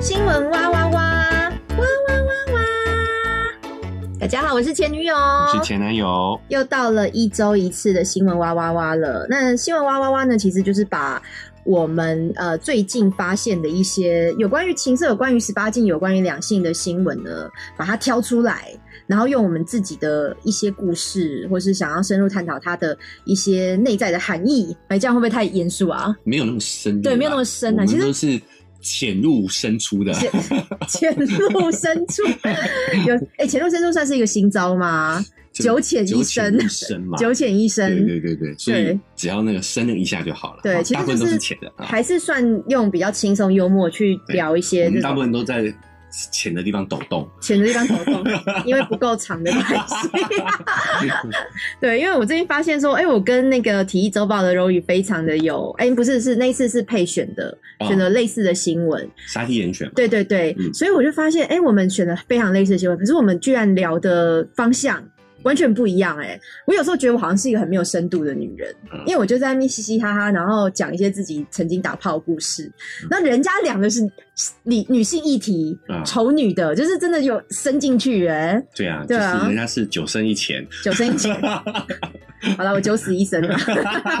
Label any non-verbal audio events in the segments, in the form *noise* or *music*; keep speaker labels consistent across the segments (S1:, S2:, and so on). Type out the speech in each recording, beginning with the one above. S1: 新闻哇哇哇哇哇哇哇！大家好，我是前女友，
S2: 是前男友，
S1: 又到了一周一次的新闻哇哇哇了。那新闻哇哇哇呢，其实就是把我们呃最近发现的一些有关于情色、有关于十八禁、有关于两性的新闻呢，把它挑出来，然后用我们自己的一些故事，或是想要深入探讨它的一些内在的含义。哎，这样会不会太严肃啊？
S2: 没有那么深入啦，
S1: 对没有那么深啊
S2: 我们
S1: 其实
S2: 都是浅入深出的。
S1: 浅 *laughs* 潜入深处，有哎、潜入深处算是一个新招吗？
S2: *laughs* 就
S1: 九浅一
S2: 九
S1: 深
S2: 浅一深嘛，
S1: 九浅一
S2: 对
S1: 深，
S2: 对对对，所以
S1: 对
S2: 只要那个深了一下就好了。
S1: 对
S2: 啊
S1: 其
S2: 大
S1: 实
S2: 部分
S1: 就
S2: 都
S1: 是
S2: 是浅的啊，
S1: 还是算用比较轻松幽默去聊一
S2: 我
S1: 些
S2: 们
S1: 这
S2: 大部
S1: 种
S2: 分都在浅的地方抖动。
S1: 潜的地方头
S2: *laughs*
S1: 痛，因为不够长的关系。 *laughs* 对，因为我最近发现说，哎、我跟那个《体育周报》的柔宇非常的有，哎、不是，是那一次是配选的，
S2: 啊
S1: 选了类似的新闻。
S2: 沙地严选嘛，
S1: 对对对，
S2: 嗯
S1: 所以我就发现，哎、我们选的非常类似的新闻，可是我们居然聊的方向完全不一样、诶哎，我有时候觉得我好像是一个很没有深度的女人，
S2: 嗯
S1: 因为我就在那边嘻嘻哈哈，然后讲一些自己曾经打炮的故事。那人家讲的是女女性议题
S2: 嗯，
S1: 丑、女的，就是真的有伸进去、诶哎，
S2: 对啊，就
S1: 对啊
S2: 是人家是九深一
S1: *laughs*
S2: 浅，
S1: 九深一
S2: *laughs*
S1: 浅。好了，我九死一生啊了。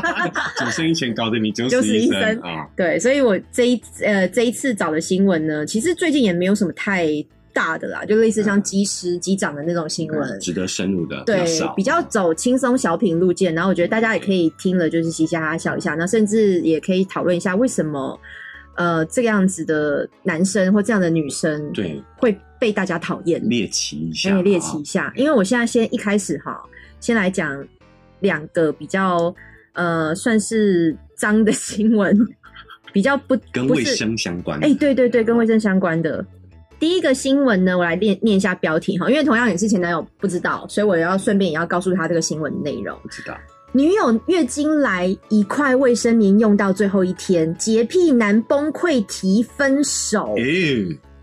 S2: 九深一浅搞得你九
S1: 九死
S2: 死
S1: 一
S2: 生
S1: 生
S2: 啊。
S1: 对，所以我这一呃这一次找的新闻呢，其实最近也没有什么太大的啦，就类似
S2: 嗯
S1: 像机师机长的那种新闻。
S2: 嗯值得深入的，
S1: 对
S2: 比较，少
S1: 比较走轻松小品路线，然后我觉得大家也可以听了就是嘻嘻哈哈笑一下，那甚至也可以讨论一下为什么呃这个样子的男生或这样的女生
S2: 对
S1: 会被大家讨厌，
S2: 猎奇一
S1: 可
S2: 下，啊
S1: 以猎奇一下。因为我现在先一开始哈，先来讲两个比较呃算是脏的新闻， *laughs* 比较不
S2: 跟
S1: 不
S2: 卫
S1: 是
S2: 生相关的。
S1: 哎、对对对，跟卫生相关的。第一个新闻呢，我来念念一下标题哈，因为同样也是前男友不知道，所以我也要顺便也要告诉他这个新闻内容。
S2: 不知道，
S1: 女友月经来一块卫生棉用到最后一天，洁癖男崩溃提分手。
S2: 哎，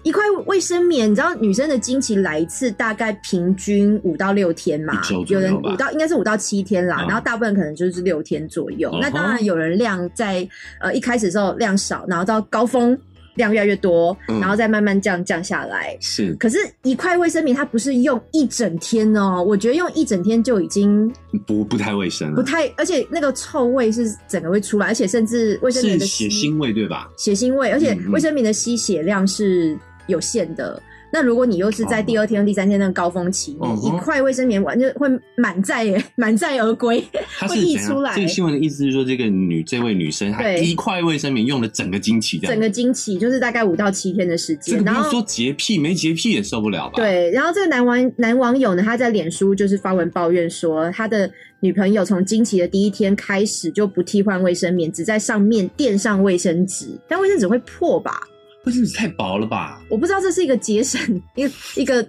S1: 一块卫生棉，你知道女生的经期来一次大概平均五到六天嘛
S2: 一周，左
S1: 有
S2: 右
S1: 人
S2: 吧
S1: 五到应该是五到七天啦，
S2: 啊
S1: 然后大部分可能就是六天左右。
S2: 嗯哼
S1: 那当然有人量在呃一开始的时候量少，然后到高峰量越来越多，
S2: 嗯
S1: 然后再慢慢降降下来。
S2: 是
S1: 可是，一块卫生棉它不是用一整天哦，我觉得用一整天就已经
S2: 不不太卫生了，啊
S1: 不太，而且那个臭味是整个会出来，而且甚至卫生棉
S2: 是
S1: 的
S2: 血
S1: 吸
S2: 腥味对吧？
S1: 血腥味，而且
S2: 嗯嗯
S1: 卫生棉的吸血量是有限的。那如果你又是在第二天、第三天那个高峰期，
S2: 嗯
S1: 你一
S2: 哼
S1: 块卫生棉完就会满载耶， *laughs* 满载而归。
S2: 它
S1: 会
S2: 是
S1: 溢
S2: 怎样
S1: 出来
S2: 这个新闻的意思是说，这个女这位女生她
S1: 对
S2: 一块卫生棉用了整个经期，这样
S1: 整个经期就是大概五到七天的时
S2: 这
S1: 间，
S2: 个不
S1: 然
S2: 用
S1: 后
S2: 说洁癖，没洁癖也受不了吧？，
S1: 对，然后这个男网男网友呢，他在脸书就是发文抱怨说，他的女朋友从经期的第一天开始就不替换卫生棉，只在上面垫上卫生纸，但卫生纸会破吧？
S2: 卫生纸太薄了吧？
S1: 我不知道这是一个节省， *laughs* 一个一个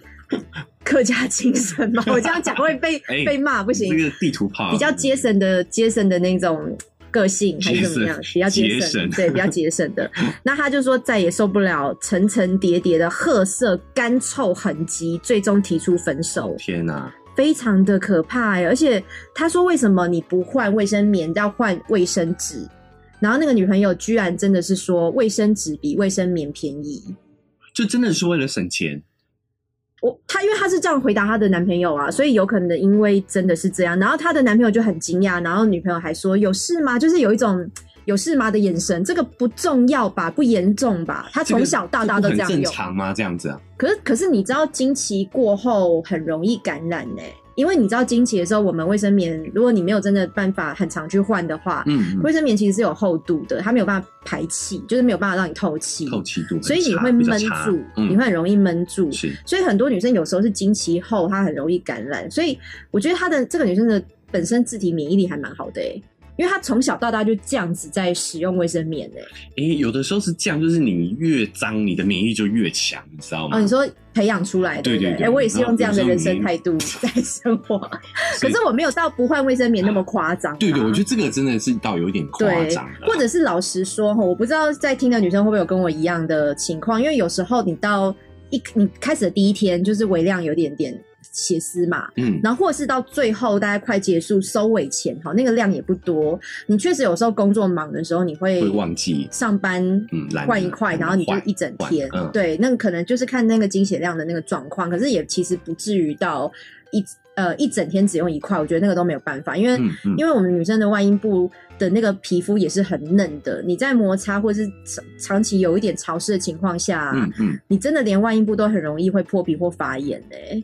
S1: 客家精神
S2: *laughs*
S1: 吗？我这样讲会被、
S2: 哎
S1: 被骂，不行
S2: 这。个地图炮
S1: 比较节省的节省的那种个性还是怎么样，比较
S2: 节省
S1: 节
S2: 节
S1: 省，
S2: 省
S1: 对，比较节省
S2: *laughs*
S1: 的。那他就说再也受不了层层叠叠的褐色干臭痕迹，最终提出分手，
S2: 天哪、
S1: 非常的可怕、欸。而且他说为什么你不换卫生棉，要换卫生纸？然后那个女朋友居然真的是说卫生纸比卫生棉便宜。
S2: 就真的是为了省钱，
S1: 我她因为她是这样回答她的男朋友啊，所以有可能因为真的是这样，然后她的男朋友就很惊讶，然后女朋友还说有事吗？就是有一种有事吗的眼神，这个不重要吧，不严重
S2: *laughs*
S1: 吧？她
S2: 这个
S1: 从小到大都这样
S2: 不很
S1: 用
S2: 正，常吗？这样子啊，
S1: 可是可是你知道经期过后很容易感染呢、因为你知道经期的时候，我们卫生棉如果你没有真的办法很常去换的话，
S2: 嗯，嗯
S1: 卫生棉其实是有厚度的，它没有办法排气，就是没有办法让你透气，
S2: 透气度很差，
S1: 所以你会闷
S2: 比较差
S1: 住，
S2: 嗯，
S1: 你会很容易闷住。
S2: 是
S1: 所以很多女生有时候是经期后，她很容易感染。所以我觉得她的这个女生的本身自体免疫力还蛮好的、欸、因为她从小到大就这样子在使用卫生棉欸
S2: 嗯
S1: 诶、
S2: 诶、有的时候是这样，就是你越脏，你的免疫就越强，你知道吗？
S1: 哦，你说培养出来的，
S2: 对
S1: 不
S2: 对
S1: 哎、
S2: 对
S1: 我也是用这样的人
S2: 然
S1: 生
S2: 后
S1: 态度在生
S2: *laughs*
S1: 活，
S2: 所
S1: 可
S2: 以
S1: 是我没有到不换卫生棉那么夸张、
S2: 对对，我觉
S1: 得。
S2: 得这个真的是到有一点夸
S1: 啊对
S2: 张了，，
S1: 或者是老实说哈，我不知道在听的女生会不会有跟我一样的情况，因为有时候你到一你开始的第一天，就是微量有点点血丝嘛，
S2: 嗯，
S1: 然后或是到最后大概快结束收尾前，好，那个量也不多。你确实有时候工作忙的时候，你会
S2: 会忘记，
S1: 上班
S2: 嗯，懒
S1: 换一块，然后你就
S2: 换
S1: 一整
S2: 换
S1: 天。
S2: 嗯
S1: 对，那个可能就是看那个经血量的那个状况，可是也其实不至于到一呃一整天只用一块，我觉得那个都没有办法，因为、
S2: 嗯嗯，
S1: 因为我们女生的外阴部的那个皮肤也是很嫩的，你在摩擦或是长长期有一点潮湿的情况下，
S2: 嗯嗯，
S1: 你真的连外阴部都很容易会破皮或发炎嘞、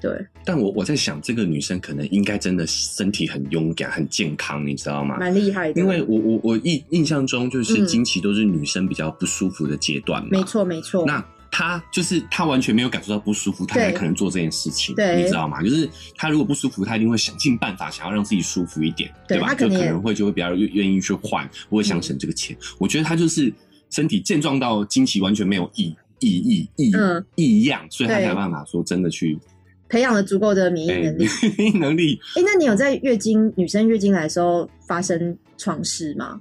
S1: 对，
S2: 但我我在想，这个女生可能应该真的身体很勇敢、很健康，你知道吗？
S1: 蛮厉害的。
S2: 因为我我我印印象中，就是
S1: 嗯
S2: 经期都是女生比较不舒服的阶段嘛，
S1: 没错没错，
S2: 那她就是她完全没有感受到不舒服，她才
S1: 对
S2: 可能做这件事情，
S1: 对
S2: 你知道吗？就是她如果不舒服，她一定会想尽办法想要让自己舒服一点，
S1: 对
S2: 对吧？
S1: 她可
S2: 就
S1: 能
S2: 可
S1: 也嗯
S2: 能会就会比较愿愿意去换，不会想省这个钱。我觉得她就是身体健壮到经期完全没有异异异异
S1: 嗯
S2: 异样，所以她
S1: 对
S2: 才有办法说真的去 *laughs* 哦
S1: 培养了足够的免疫
S2: 哎
S1: 能力。
S2: 免疫能力
S1: 哎、那你有在月经女生月经来的时候发生床事吗？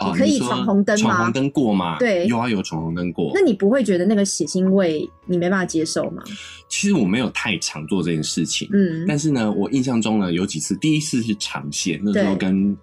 S2: 哦
S1: 你可以
S2: 你说
S1: 闯红灯吗
S2: 闯红灯过吗？
S1: 对
S2: 有啊有闯红灯过
S1: 那。你不会觉得那个血腥味你没办法接受吗？
S2: 其实我没有太常做这件事情，
S1: 嗯，
S2: 但是呢，我印象中呢有几次，第一次是长线，那时候
S1: 对
S2: 跟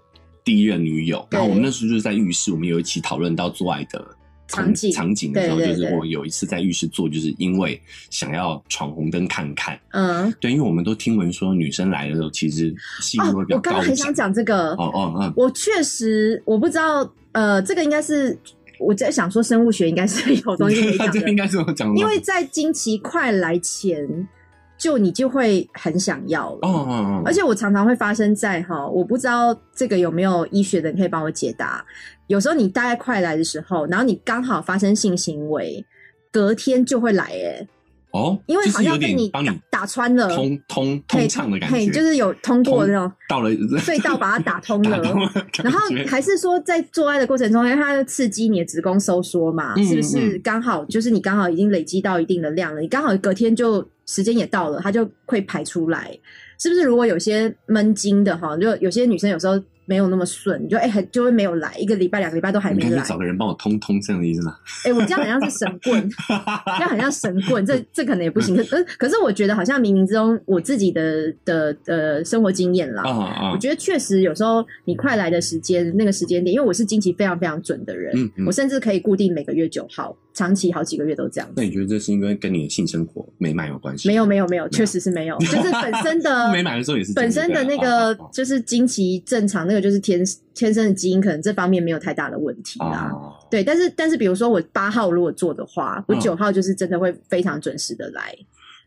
S2: 第一任女友，
S1: 对
S2: 然后我们那时候就是在浴室，我们有一起讨论到做爱的
S1: 场
S2: 空
S1: 景
S2: 场景的时候，
S1: 对
S2: 就
S1: 对
S2: 是
S1: 对
S2: 我有一次在浴室做，就是因为想要闯红灯看看，
S1: 嗯，
S2: 对，因为我们都听闻说女生来的时候，其实性欲会
S1: 哦，
S2: 比
S1: 我
S2: 较
S1: 刚
S2: 高
S1: 刚很
S2: 涨
S1: 想。讲这个，
S2: 哦哦哦，
S1: 我确实我不知道，呃，这个应该是我在想说生物学应该是有东西可以讲
S2: *laughs* 这应
S1: 的，
S2: 该是我讲的，
S1: 因为在经期快来前，就你就会很想要了。
S2: 哦哦哦，
S1: 而且我常常会发生在哈，我不知道这个有没有医学的，你可以帮我解答。有时候你大概快来的时候，然后你刚好发生性行为，隔天就会来哎、
S2: 哦，
S1: 因为
S2: 就
S1: 好
S2: 是有
S1: 像被
S2: 点
S1: 你
S2: 帮你
S1: 打打穿了，
S2: 通通
S1: 嘿
S2: 通畅的感
S1: 嘿
S2: 觉，
S1: 就是有通过
S2: *laughs*
S1: 那种
S2: 到了
S1: 隧道把它打通了
S2: 打通的感觉
S1: 然后还是说在做爱的过程中，因为它就刺激你的子宫收缩嘛，
S2: 嗯
S1: 是不是
S2: 嗯
S1: 刚好就是你刚好已经累积到一定的量了，你刚好隔天就时间也到了，它就会排出来，是不是？如果有些闷经的哈，就有些女生有时候没有那么顺，你就哎、很就会没有来，一个礼拜两个礼拜都还
S2: 你
S1: 没
S2: 干脆
S1: 来，
S2: 找个人帮我通通，这样的意思 *laughs* 吗？
S1: 哎、我这样好像是神
S2: *laughs*
S1: 棍，这样好像神棍，这这可能也不行。可可可是我觉得好像冥冥之中我自己的的呃生活经验啦，
S2: 啊啊
S1: 我，觉得确实有时候你快来的时间那个时间点，因为我是经期非常非常准的人，
S2: 嗯嗯
S1: 我甚至可以固定每个月九号，长期好几个月都这样
S2: 那
S1: 子。
S2: 你觉得这是因为跟你的性生活美满有关系？
S1: 没有没有没有，确实是没有，就是本身的
S2: *laughs* 美满的时哦候也是这样
S1: 本身的那个
S2: 对不对
S1: 就是经期正常，那个就是天天生的基因，可能这方面没有太大的问题
S2: 哦
S1: 啦。
S2: 哦哦
S1: 对，但是但是比如说我八号如果做的话，我
S2: 嗯
S1: 九号就是真的会非常准时的来。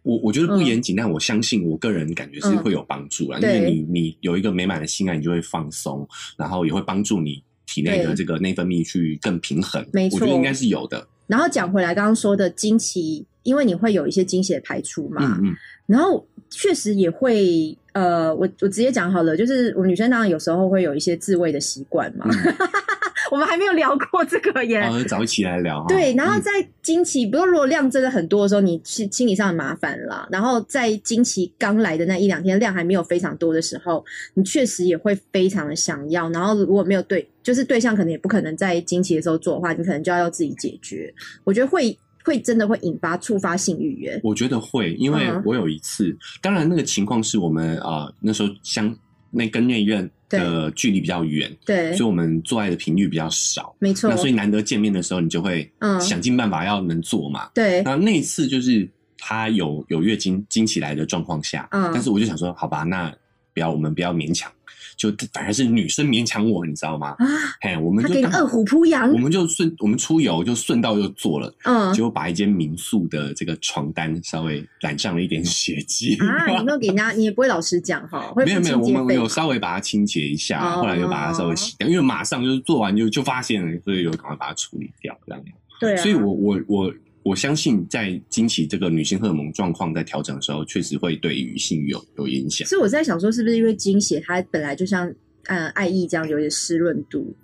S2: 我我觉得不严谨，但我相信我个人感觉是会有帮助啦，
S1: 嗯
S2: 因为
S1: 对
S2: 你你有一个美满的性爱，你就会放松，然后也会帮助你体内的
S1: 对
S2: 这个内分泌去更平衡。
S1: 没错
S2: 我觉得应该是有的。
S1: 然后讲回来刚刚说的经期，因为你会有一些经血排出嘛，
S2: 嗯嗯
S1: 然后确实也会，呃，我我直接讲好了，就是我们女生当然有时候会有一些自慰的习惯嘛，
S2: 嗯，
S1: *laughs* 我们还没有聊过这个耶。
S2: 然后早一起来聊哈。
S1: 对，然后
S2: 嗯
S1: 在经期，不过如果量真的很多的时候，你是心理上很麻烦啦。然后在经期刚来的那一两天，量还没有非常多的时候，你确实也会非常的想要。然后如果没有对，就是对象可能也不可能在经期的时候做的话，你可能就要要自己解决。我觉得会会真的会引发触发性欲耶。
S2: 我觉得会，因为
S1: 嗯
S2: 我有一次，当然那个情况是我们啊、呃那时候相那跟那一任的距离比较远，
S1: 对
S2: 所以，我们做爱的频率比较少。
S1: 没错
S2: 那。所以难得见面的时候，你就会
S1: 嗯
S2: 想尽办法要能做嘛。
S1: 对，
S2: 那那一次就是他有有月经经起来的状况下，
S1: 嗯
S2: 但是我就想说，好吧，那不要我们不要勉强，就反而是女生勉强我，你知道吗？
S1: 啊，
S2: 嘿，我们
S1: 他
S2: 就
S1: 给你
S2: 刚好
S1: 二虎扑羊
S2: 我，们就顺我们出游就顺道就做了。
S1: 嗯
S2: 结果把一间民宿的这个床单稍微染上了一点血迹。
S1: 啊，
S2: *laughs*
S1: 你没有给人家，你也不会老实讲哈，会
S2: 没有
S1: 付
S2: 没有，
S1: 清洁
S2: 我们
S1: 费
S2: 有稍微把它清洁一下，
S1: 哦
S2: 后来又把它稍微洗掉，因为马上就是做完就就发现了，所以有赶快把它处理掉这样。
S1: 对啊，
S2: 所以我我我我相信，在经期这个女性荷尔蒙状况在调整的时候，确实会对于性欲有有影响。
S1: 所以我在想说，是不是因为经血它本来就像呃爱意这样有点湿润度，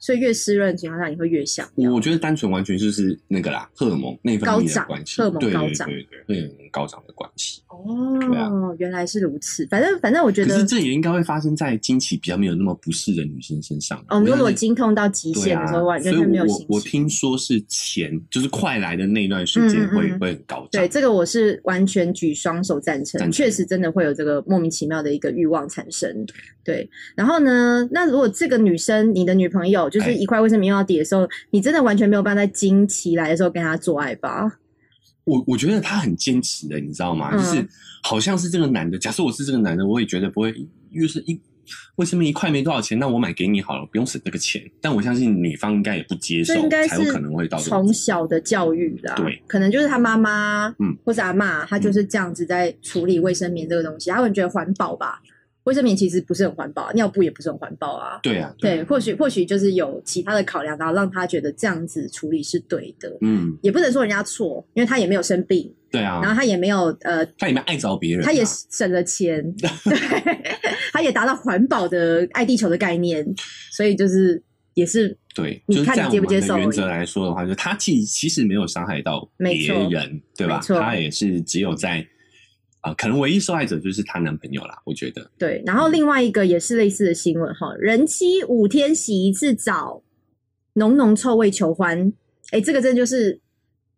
S1: 所以越湿润的情况下，你会越想要
S2: 我觉得单纯完全就是那个啦，荷尔蒙内分
S1: 高
S2: 泌的
S1: 涨
S2: 关系，
S1: 荷尔蒙
S2: 对
S1: 高
S2: 对
S1: 涨
S2: 对对，荷尔蒙高涨的关系。对啊
S1: 哦，原来是如此。反正反正，我觉
S2: 可
S1: 得
S2: 是这也应该会发生在经期比较没有那么不适的女性身上。啊
S1: 哦，你
S2: 因
S1: 如
S2: 为
S1: 果
S2: 那
S1: 经痛到极
S2: 对
S1: 限
S2: 啊
S1: 的时候，，完
S2: 所
S1: 全
S2: 以
S1: 就没有
S2: 我
S1: 心
S2: 我
S1: 情。
S2: 听说是前就是快来的那段时间
S1: 嗯嗯
S2: 会
S1: 嗯
S2: 会很高涨
S1: 对，，这个我是完全举双手赞成，
S2: 赞成
S1: 确实真的会有这个莫名其妙的一个欲望产生。对，然后呢，那如果这个女生，你的女朋友就是
S2: 哎
S1: 一块卫生棉用到底的时候，你真的完全没有办法在经期来的时候跟她做爱吧？
S2: 我我觉得他很坚持的，你知道吗？
S1: 嗯
S2: 就是好像是这个男的，假设我是这个男的，我也觉得不会，越是一为什么一块没多少钱，那我买给你好了，不用省这个钱。但我相信女方应该也不接受
S1: 这应，该
S2: 才有
S1: 是
S2: 可能会到这个
S1: 从小的教育啦，
S2: 对，
S1: 可能就是她妈妈，
S2: 嗯，
S1: 或者阿嬷，她就是这样子在处理卫生棉这个东西，她会觉得环保吧？卫生棉其实不是很环保，尿布也不是很环保啊。
S2: 对啊，
S1: 对，
S2: 啊
S1: 或许或许就是有其他的考量，然后让他觉得这样子处理是对的，
S2: 嗯，
S1: 也不能说人家错，因为他也没有生病，
S2: 对啊，
S1: 然后他也没有呃，
S2: 他也没爱着别人啊、
S1: 他也省了
S2: *laughs*
S1: 钱，对，他也达到环保的爱地球的概念，所以就是也是
S2: 对，
S1: 你
S2: 就是
S1: 看
S2: 在
S1: 你
S2: 我
S1: 接不接
S2: 们
S1: 受
S2: 的原
S1: 而已
S2: 则来说的话，就他其其实没有伤害到
S1: 没
S2: 别
S1: 错
S2: 人，对吧
S1: 没？错
S2: 他也是只有在啊、可能唯一受害者就是她男朋友啦，我觉得。
S1: 对。然后另外一个也是类似的新闻哈，人妻五天洗一次澡，浓浓臭味求欢，哎，这个真的就是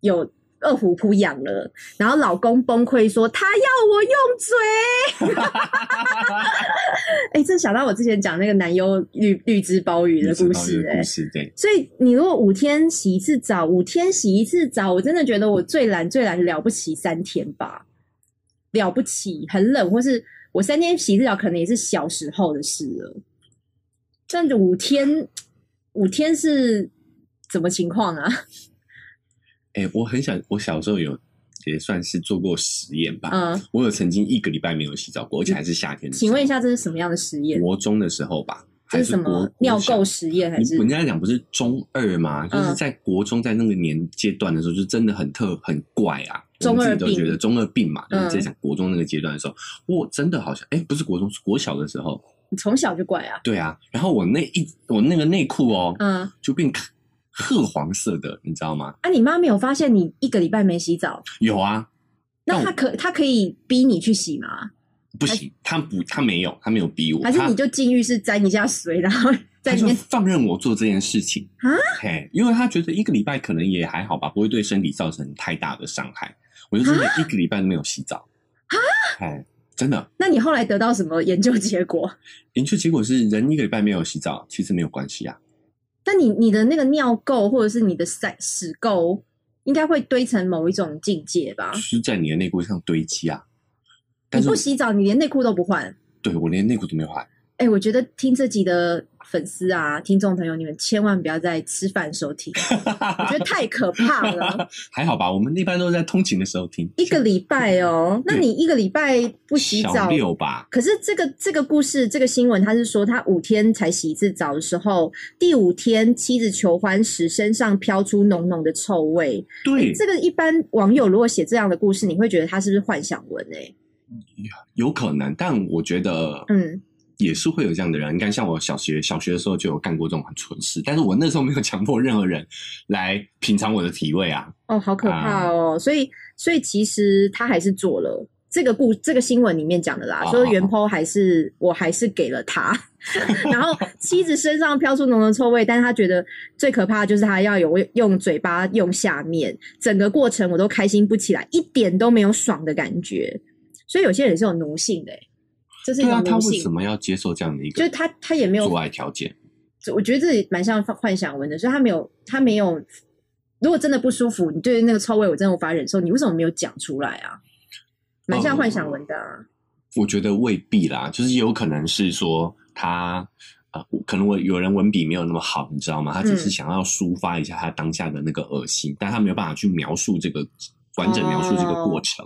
S1: 有。二虎扑羊了，然后老公崩溃说：“他要我用嘴。” *laughs* 哎、这想到我之前讲那个男优绿绿枝鲍鱼的故事、
S2: 的
S1: 哎
S2: 故，事对，
S1: 所以你如果五天洗一次澡，五天洗一次澡，我真的觉得我最懒最懒了不起三天吧，了不起，很冷，或是我三天洗一次澡，可能也是小时候的事了。但五天，五天是怎么情况啊？
S2: 哎、我很想，我小时候有也算是做过实验吧。
S1: 嗯，
S2: 我有曾经一个礼拜没有洗澡过，而且还是夏天。
S1: 请问一，下，这是什么样的实验？
S2: 国中的时候吧，
S1: 这
S2: 还
S1: 是什
S2: 国
S1: 么尿
S2: 国
S1: 垢
S2: 小
S1: 实验还
S2: 你
S1: 是
S2: 人？家讲不是中二嘛，就是
S1: 嗯
S2: 在国中在那个年阶段的时候，就真的很特很怪啊。
S1: 中
S2: 我
S1: 二
S2: 们
S1: 病
S2: 自己都觉得中二病嘛，就是
S1: 嗯
S2: 直接讲国中那个阶段的时候，我真的好像哎、不是国中，是国小的时候，
S1: 你从小就怪啊？
S2: 对啊。然后我那一我那个内裤哦，
S1: 嗯，
S2: 就变褐黄色的，你知道吗？
S1: 啊，你妈没有发现你一个礼拜没洗澡？
S2: 有啊，
S1: 那
S2: 但
S1: 他
S2: 我
S1: 可他可以逼你去洗吗？
S2: 不行，他不他没有他没有逼我，
S1: 还是
S2: 他
S1: 你就进浴室沾一下水，然后在
S2: 他
S1: 里
S2: 就
S1: 面？
S2: 放任我做这件事情
S1: 啊？
S2: 嘿，因为他觉得一个礼拜可能也还好吧，不会对身体造成太大的伤害。我就真
S1: 啊
S2: 的一个礼拜都没有洗澡啊！哎，真的，
S1: 那你后来得到什么研究结果？
S2: 研究结果是人一个礼拜没有洗澡，其实没有关系啊。
S1: 那你你的那个尿垢或者是你的屎屎垢，应该会堆成某一种境界吧？
S2: 是在你的内裤上堆积啊。但
S1: 啊你
S2: 是
S1: 不洗澡，你连内裤都不换。
S2: 对我连内裤都没有换，
S1: 哎、我觉得听这集的粉丝啊，听众朋友，你们千万不要在吃饭收
S2: *laughs*
S1: 听，我觉得太可怕了。
S2: 还好吧？我们一般都是在通勤的时候听，
S1: 一个礼拜哦，那
S2: 对
S1: 你一个礼拜不洗
S2: 小
S1: 澡，
S2: 六吧？
S1: 可是这个这个故事这个新闻，他是说他五天才洗一次澡的时候，第五天妻子求欢时，身上飘出浓浓的臭味。
S2: 对，
S1: 哎这个一般网友如果写这样的故事，你会觉得他是不是幻想文、欸？
S2: 有可能，但我觉得，
S1: 嗯，
S2: 也是会有这样的人。你看，像我小学小学的时候就有干过这种很蠢事，但是我那时候没有强迫任何人来品尝我的体味啊。
S1: 哦，好可怕哦！所以所以其实他还是做了。这个故这个新闻里面讲的啦，
S2: 哦
S1: 所以原 po 还是我还是给了他， *laughs* 然后妻子身上飘出浓浓臭味，但是他觉得最可怕的就是他要有用嘴巴用下面，整个过程我都开心不起来，一点都没有爽的感觉。所以有些人是有奴性的、欸，这是一
S2: 对啊，
S1: 种
S2: 他
S1: 奴
S2: 为
S1: 性，
S2: 什么要接受这样的一
S1: 就是
S2: 个
S1: 他他也没有
S2: 做爱条件？
S1: 我觉得这也蛮像幻想文的，所以他没有，他没有。如果真的不舒服，你对那个臭味我真的无法忍受，你为什么没有讲出来啊？蛮
S2: 哦
S1: 像幻想文的、啊，
S2: 我觉得未必啦，就是也有可能是说他。啊、可能我有人文笔没有那么好，你知道吗？他只是
S1: 嗯
S2: 想要抒发一下他当下的那个恶心，但他没有办法去描述这个完整描述这个
S1: 哦
S2: 过程。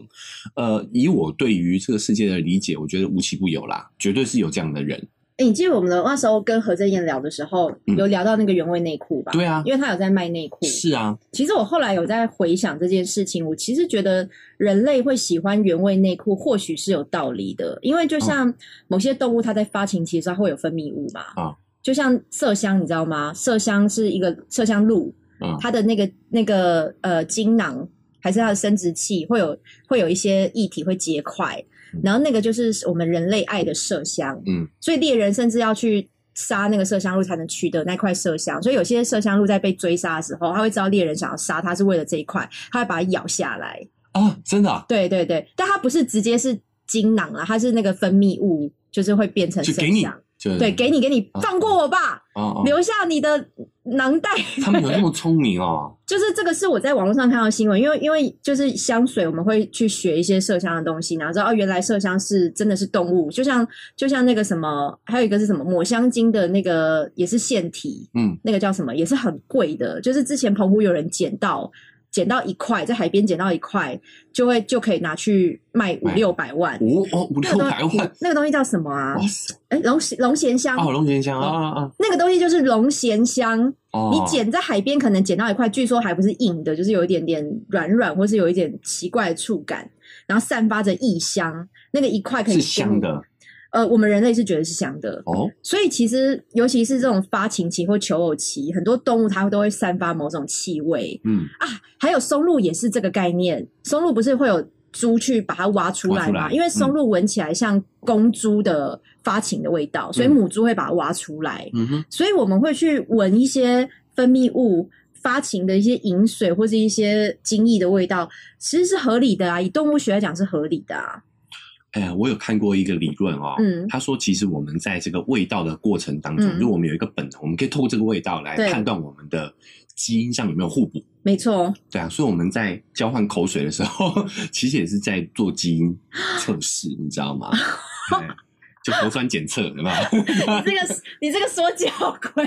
S2: 呃，以我对于这个世界的理解，我觉得无奇不有啦，绝对是有这样的人。
S1: 哎、你记得我们的那时候跟何正燕聊的时候，
S2: 嗯
S1: 有聊到那个原味内裤吧？
S2: 对啊
S1: 因为他有在卖内裤。
S2: 是啊，
S1: 其实我后来有在回想这件事情，我其实觉得人类会喜欢原味内裤，或
S2: 嗯
S1: 许是有道理的，因为就像某些动物它在发情期的时候它会有分泌物嘛，
S2: 啊
S1: 就像麝香，你知道吗？麝香是一个麝香鹿，
S2: 嗯
S1: 它的那个那个呃精囊还是它的生殖器会有会有一些液体会结块
S2: 嗯，
S1: 然后那个就是我们人类爱的麝香。
S2: 嗯，
S1: 所以猎人甚至要去杀那个麝香鹿才能取得那块麝香。所以有些麝香鹿在被追杀的时候，它会知道猎人想要杀它是为了这一块，它会把它咬下来。
S2: 啊，真的啊，
S1: 对对对，但它不是直接是精囊啦，它是那个分泌物，就是会变成
S2: 就给
S1: 麝
S2: 你
S1: 香。，
S2: 就
S1: 对，给你给你
S2: 啊
S1: 放过我吧，
S2: 哦哦，
S1: 留下你的囊袋。
S2: 他们有那么聪
S1: *laughs*
S2: 明哦，
S1: 就是这个是我在网络上看到的新闻，因为因为就是香水，我们会去学一些麝香的东西，然后知道哦，原来麝香是真的是动物，就像就像那个什么，还有一个是什么抹香鲸的那个也是腺体，
S2: 嗯，
S1: 那个叫什么也是很贵的，就是之前澎湖有人捡到捡到一块，在海边捡到一块，就会就可以拿去卖五
S2: 卖
S1: 六百万。
S2: 五哦五
S1: 那
S2: 六
S1: 个
S2: 百
S1: 东西
S2: 万，
S1: 那个东西叫什么啊
S2: 哇？塞，
S1: 哎，龙涎龙涎香，
S2: 哦，龙涎香啊啊啊，
S1: 那个东西就是龙涎香。
S2: 哦，
S1: 你捡在海边可能捡到一块，据说还不是硬的，就是有一点点软软，或是有一点奇怪的触感，然后散发着异香。那个一块可以
S2: 是
S1: 给
S2: 香
S1: 你，
S2: 的
S1: 呃，我们人类是觉得是香的。
S2: 哦，
S1: 所以其实，尤其是这种发情期或求偶期，很多动物它都会散发某种气味
S2: 嗯，
S1: 啊。还有松露也是这个概念，松露不是会有猪去把它挖出来
S2: 挖
S1: 吗？
S2: 出来
S1: 因为松露闻起来像公猪的发情的味道，所以
S2: 嗯
S1: 母猪会把它挖出来。
S2: 嗯哼，
S1: 所以我们会去闻一些分泌物发情的一些饮水或是一些精液的味道，其实是合理的啊。以动物学来讲是合理的啊。
S2: 哎呀，我有看过一个理论哦，
S1: 嗯
S2: 他说，其实我们在这个味道的过程当中，
S1: 嗯
S2: 如果我们有一个本能，我们可以透过这个味道来
S1: 对
S2: 判断我们的基因上有没有互补。
S1: 没错，
S2: 对啊，所以我们在交换口水的时候， *laughs* 其实也是在做基因测试，你知
S1: *laughs*
S2: 道吗？对就核酸检测，对吧？
S1: 你这
S2: *laughs*
S1: 个你这个说教鬼，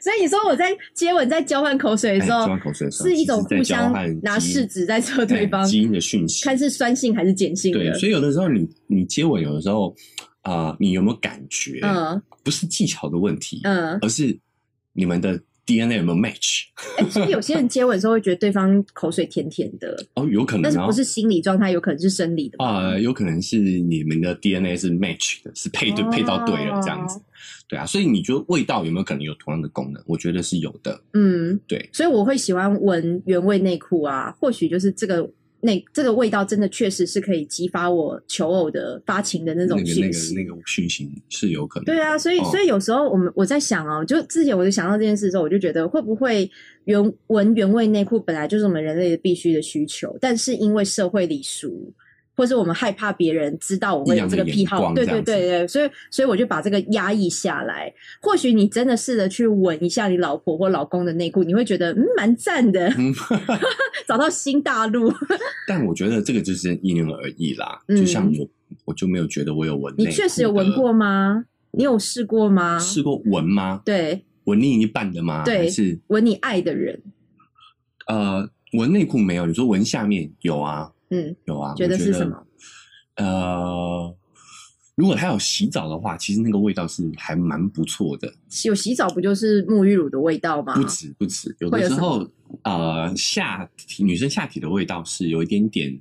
S1: 所以你说我在接吻在交换口水的时
S2: 哎
S1: 候
S2: 交，换口水的时候
S1: 是一种互
S2: 其实在交
S1: 相
S2: 换
S1: 拿
S2: 基因哎
S1: 试纸在测对方，
S2: 基因的讯息。
S1: 看是酸性还是碱性
S2: 对，
S1: 的。
S2: 所以有的时候你你接吻，有的时候啊、呃你有没有感觉？
S1: 嗯
S2: 不是技巧的问题，
S1: 嗯，
S2: 而是你们的 DNA 有没有 match？
S1: 哎、所以有些人接吻的时候会觉得对方口水甜甜的，
S2: 哦，有可能
S1: 但是
S2: 哦
S1: 不是心理状态，有可能是生理的嘛。
S2: 啊、有可能是你们的 DNA 是 match 的，是配对、
S1: 哦
S2: 配到对了这样子，对啊，所以你觉得味道有没有可能有同样的功能？我觉得是有的，
S1: 嗯，
S2: 对，
S1: 所以我会喜欢闻原味内裤啊，或许就是这个内这个味道真的确实是可以激发我求偶的发情的那
S2: 那
S1: 种
S2: 个那
S1: 讯
S2: 个
S1: 息。
S2: 那个讯息是有可能的，
S1: 对啊，所以
S2: 哦
S1: 所以有时候我们我在想哦，就之前我就想到这件事的时候，我就觉得会不会原闻原味内裤本来就是我们人类的必须的需求，但是因为社会礼俗，或是我们害怕别人知道我会有这个癖
S2: 异
S1: 好，
S2: 样的
S1: 对对
S2: 眼光这样子
S1: 对对，所以所以我就把这个压抑下来。或许你真的试着去闻一下你老婆或老公的内裤，你会觉得嗯蛮赞的，
S2: 嗯 *laughs*
S1: *laughs* 找到新大陆。
S2: 但我觉得这个就是因人而异啦。
S1: 嗯
S2: 就像我，我就没有觉得我有闻
S1: 你
S2: 内裤的，
S1: 确实有闻过吗？你有试过吗？
S2: 试过闻吗？
S1: 对，
S2: 闻另一半的吗？
S1: 对
S2: 还是
S1: 闻你爱的人，
S2: 呃，闻内裤没有？你说闻下面有啊，
S1: 嗯，
S2: 有啊，
S1: 觉得
S2: 我
S1: 是什么？
S2: 呃，如果他有洗澡的话，其实那个味道是还蛮不错的。
S1: 有洗澡不就是沐浴乳的味道吗？
S2: 不止不止，有
S1: 啊会
S2: 的
S1: 有
S2: 时
S1: 什
S2: 候呃，下体女生下体的味道是有一点点